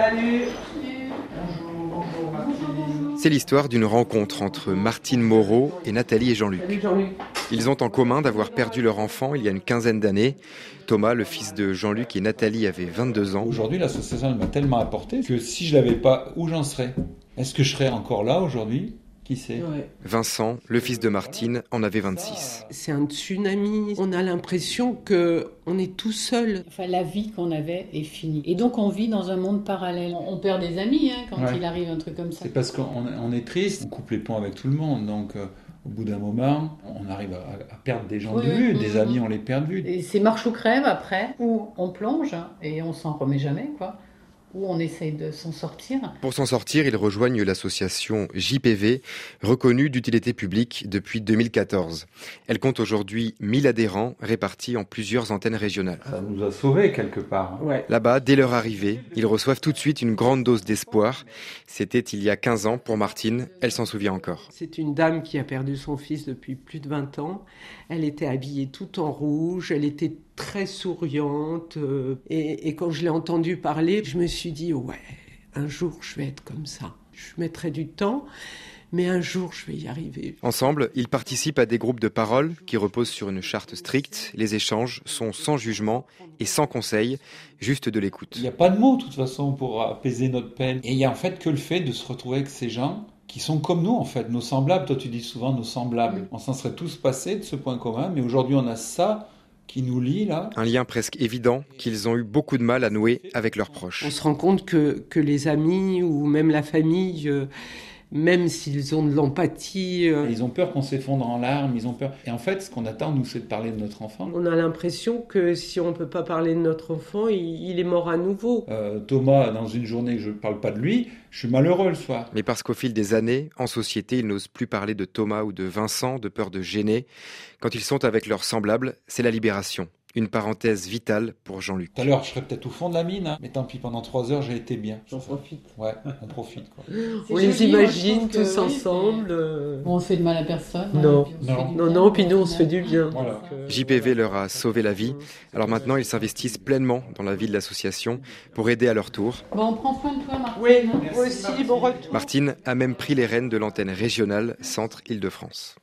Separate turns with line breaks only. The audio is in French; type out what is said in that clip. Salut Bonjour, bonjour Martine.
C'est l'histoire d'une rencontre entre Martine Moreau et Nathalie et Jean-Luc.
Salut Jean-Luc.
Ils ont en commun d'avoir perdu leur enfant il y a une quinzaine d'années. Thomas, le fils de Jean-Luc et Nathalie, avait 22 ans.
Aujourd'hui, l'association elle m'a tellement apporté que si je l'avais pas, où j'en serais Est-ce que je serais encore là aujourd'hui Qui sait
Ouais.
Vincent, le fils de Martine, en avait 26.
C'est un tsunami. On a l'impression que on est tout seul.
Enfin, la vie qu'on avait est finie. Et donc, on vit dans un monde parallèle. On, on perd des amis hein, quand
Ouais.
il arrive un truc comme ça.
C'est parce qu'on on est triste, on coupe les ponts avec tout le monde, donc euh, au bout d'un moment, on arrive à, à perdre des gens
Oui,
de vue,
oui,
des
oui,
amis,
oui.
on les perd de vue.
Et c'est marche ou crève après, où on plonge hein, et on s'en remet jamais, quoi. Ou on essaye de s'en sortir.
Pour s'en sortir, ils rejoignent l'association JPV, reconnue d'utilité publique depuis 2014. Elle compte aujourd'hui 1000 adhérents répartis en plusieurs antennes régionales.
Ça nous a sauvés quelque part. hein.
Ouais.
Là-bas, dès leur arrivée, ils reçoivent tout de suite une grande dose d'espoir. C'était il y a 15 ans pour Martine, elle s'en souvient encore.
C'est une dame qui a perdu son fils depuis plus de 20 ans. Elle était habillée tout en rouge, elle était très souriante. euh, et, et quand je l'ai entendue parler, je me suis dit, ouais, un jour je vais être comme ça. Je mettrai du temps, mais un jour je vais y arriver.
Ensemble, ils participent à des groupes de parole qui reposent sur une charte stricte. Les échanges sont sans jugement et sans conseil, juste de l'écoute.
Il n'y a pas de mots, de toute façon, pour apaiser notre peine. Et il n'y a en fait que le fait de se retrouver avec ces gens qui sont comme nous, en fait, nos semblables. Toi, tu dis souvent nos semblables.
Mm.
On s'en serait tous passés de ce point commun, mais aujourd'hui, on a ça qui nous lie, là.
Un lien presque évident qu'ils ont eu beaucoup de mal à nouer avec leurs proches.
On se rend compte que, que les amis ou même la famille, euh, même s'ils ont de l'empathie, euh,
Ils ont peur qu'on s'effondre en larmes, ils ont peur. Et en fait, ce qu'on attend, nous, c'est de parler de notre enfant.
on a l'impression que si on ne peut pas parler de notre enfant, il, il est mort à nouveau.
Euh, Thomas, dans une journée que je ne parle pas de lui, je suis malheureux le soir.
Mais parce qu'au fil des années, en société, ils n'osent plus parler de Thomas ou de Vincent de peur de gêner. Quand ils sont avec leurs semblables, c'est la libération. Une parenthèse vitale pour Jean-Luc.
Tout à l'heure, je serais peut-être au fond de la mine, hein. mais tant pis, pendant trois heures, j'ai été bien.
J'en profite.
Ouais, on profite, quoi.
On les imagine tous ensemble. euh,
on fait de mal à personne. hein,
Non.
puis on se
Non.
fait du
Non,
bien,
non, puis nous, on se fait du bien.
Voilà.
Donc, euh,
JPV leur a sauvé la vie. Alors maintenant, ils s'investissent pleinement dans la vie de l'association pour aider à leur tour.
Bon, on prend soin de toi, hein. Marc.
Oui, moi aussi, bon retour.
Martine a même pris les rênes de l'antenne régionale Centre-Île-de-France.